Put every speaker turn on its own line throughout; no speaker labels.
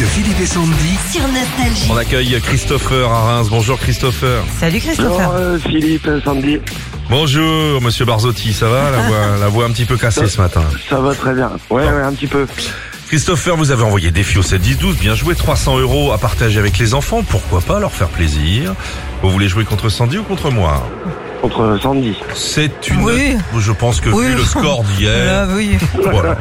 de Philippe et Sandy.
sur Nostalgie.
On accueille Christopher à Reims. Bonjour Christopher.
Salut
Bonjour
Christopher.
euh, Philippe, Sandy,
Bonjour Monsieur Barzotti, ça va la voix, la voix un petit peu cassée ce matin.
ça va très bien. Ouais, ouais, un petit peu.
Christopher, vous avez envoyé défi au 7 10 12. Bien joué, 300 euros à partager avec les enfants. Pourquoi pas leur faire plaisir Vous voulez jouer contre Sandy ou contre moi
Contre Sandy.
C'est une.
Oui.
Je pense que
Oui.
vu le score
Ah
d'hier,
oui,
voilà.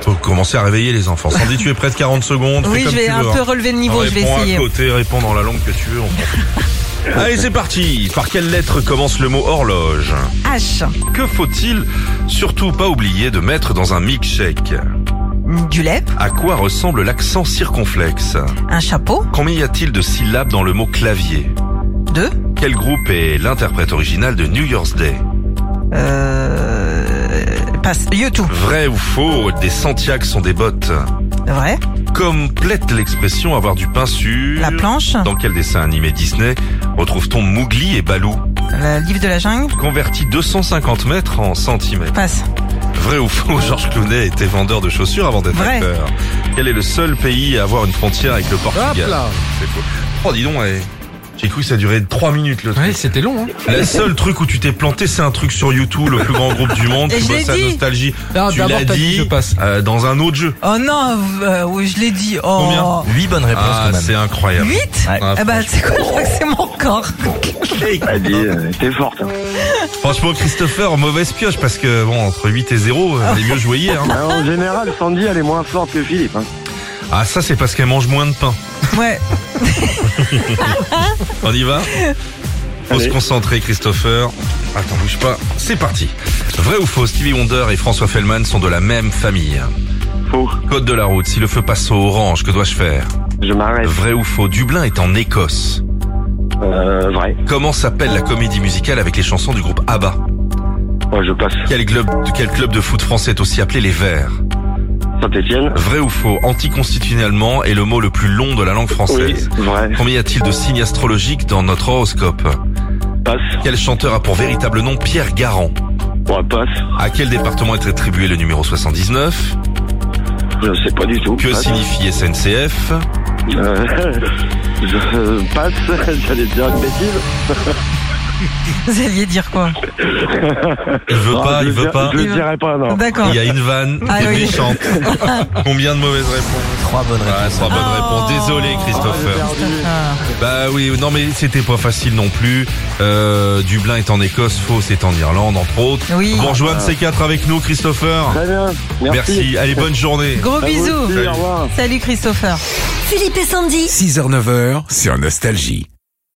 Faut commencer à réveiller les enfants. Sandy, tu es près de 40 secondes.
oui
fais
je
comme
vais
tu
un
veux,
peu
hein.
relever le niveau, je vais
Réponds
essayer.
à côté, réponds dans la langue que tu veux. on s'en fout. Allez, c'est parti. Par quelle lettre commence le mot horloge
H,
Que faut-il surtout pas oublier de mettre dans un milkshake
du lait,
À quoi ressemble l'accent circonflexe
un chapeau,
Combien y a-t-il de syllabes dans le mot clavier
deux,
Quel groupe est l'interprète original de New Year's Day
euh, passe, YouTube,
Vrai ou faux, des Santiacs sont des bottes
vrai,
Complète l'expression avoir du pain sur...
la planche,
Dans quel dessin animé Disney retrouve-t-on Mowgli et Balou
le livre de la jungle,
Converti 250 mètres en centimètres.
passe,
Vrai ou faux, Georges Clooney était vendeur de chaussures avant d'être
Vrai.
acteur. Quel est le seul pays à avoir une frontière avec le Portugal C'est faux. Oh, dis donc, eh, j'ai cru que ça durait 3 minutes le truc.
Ouais, c'était long. Hein.
Le seul truc où tu t'es planté, c'est un truc sur YouTube, le plus grand groupe du monde.
Et
tu
je l'ai
bosses à
dit.
Nostalgie.
Non,
tu
Ah, d'abord,
l'as
t'as dit,
dit
je passe.
euh, dans un autre jeu.
oh non, euh, oui, je l'ai dit, oh,
8 bonnes réponses
Ah,
quand même.
c'est incroyable.
8
Ouais.
Ah bah c'est quoi, je crois que c'est mon corps.
Elle dit, euh, t'es forte. hein.
Franchement, Christopher, mauvaise pioche parce que, bon, entre 8 et 0, elle est mieux jouée hier. hein.
Alors, Euh, en général, Sandy, elle est moins forte que Philippe. hein.
Ah, ça, c'est parce qu'elle mange moins de pain.
Ouais,
On y va Faut
Allez.
se concentrer, Christopher. Attends, bouge pas. C'est parti. Vrai ou faux, Stevie Wonder et François Fellman sont de la même famille.
Faux.
Code de la route, si le feu passe au orange, que dois-je faire
Je m'arrête.
Vrai ou faux, Dublin est en Écosse.
Euh, vrai.
Comment s'appelle la comédie musicale avec les chansons du groupe ABBA
Ouais, Oh, je passe.
quel club, quel club de foot français est aussi appelé les Verts
Saint-Etienne.
Vrai ou faux, anticonstitutionnellement est le mot le plus long de la langue
Oui,
française.
vrai.
Combien y a-t-il de signes astrologiques dans notre horoscope
Passe.
Quel chanteur a pour véritable nom Pierre Garand
Ouais, passe.
À quel département est attribué le numéro 79
Je sais pas du tout.
Que
passe.
signifie SNCF
Euh, je euh, passe. J'allais dire une bêtise.
vous alliez dire quoi
Il veut
Ah,
pas,
je
il
le
veut
dir-
pas.
Je le dirai pas, non.
D'accord.
Il y a une vanne
Ah
qui est
oui.
méchante. Combien de mauvaises réponses
3 bonnes réponses.
Ah, trois bonnes
Oh.
réponses. Désolé,
Ah, j'ai
Christopher.
perdu.
Ah.
Bah oui, non mais c'était pas facile non plus. Euh, Dublin est en Écosse, Faux c'est en Irlande, entre autres.
Oui.
Bon, rejoins de ces quatre avec nous, Christopher.
Très bien. Merci.
Allez, bonne journée.
Gros
À vous
bisous.
aussi, Au revoir.
Salut Christopher.
Philippe et Sandy. 6h, 9h sur Nostalgie.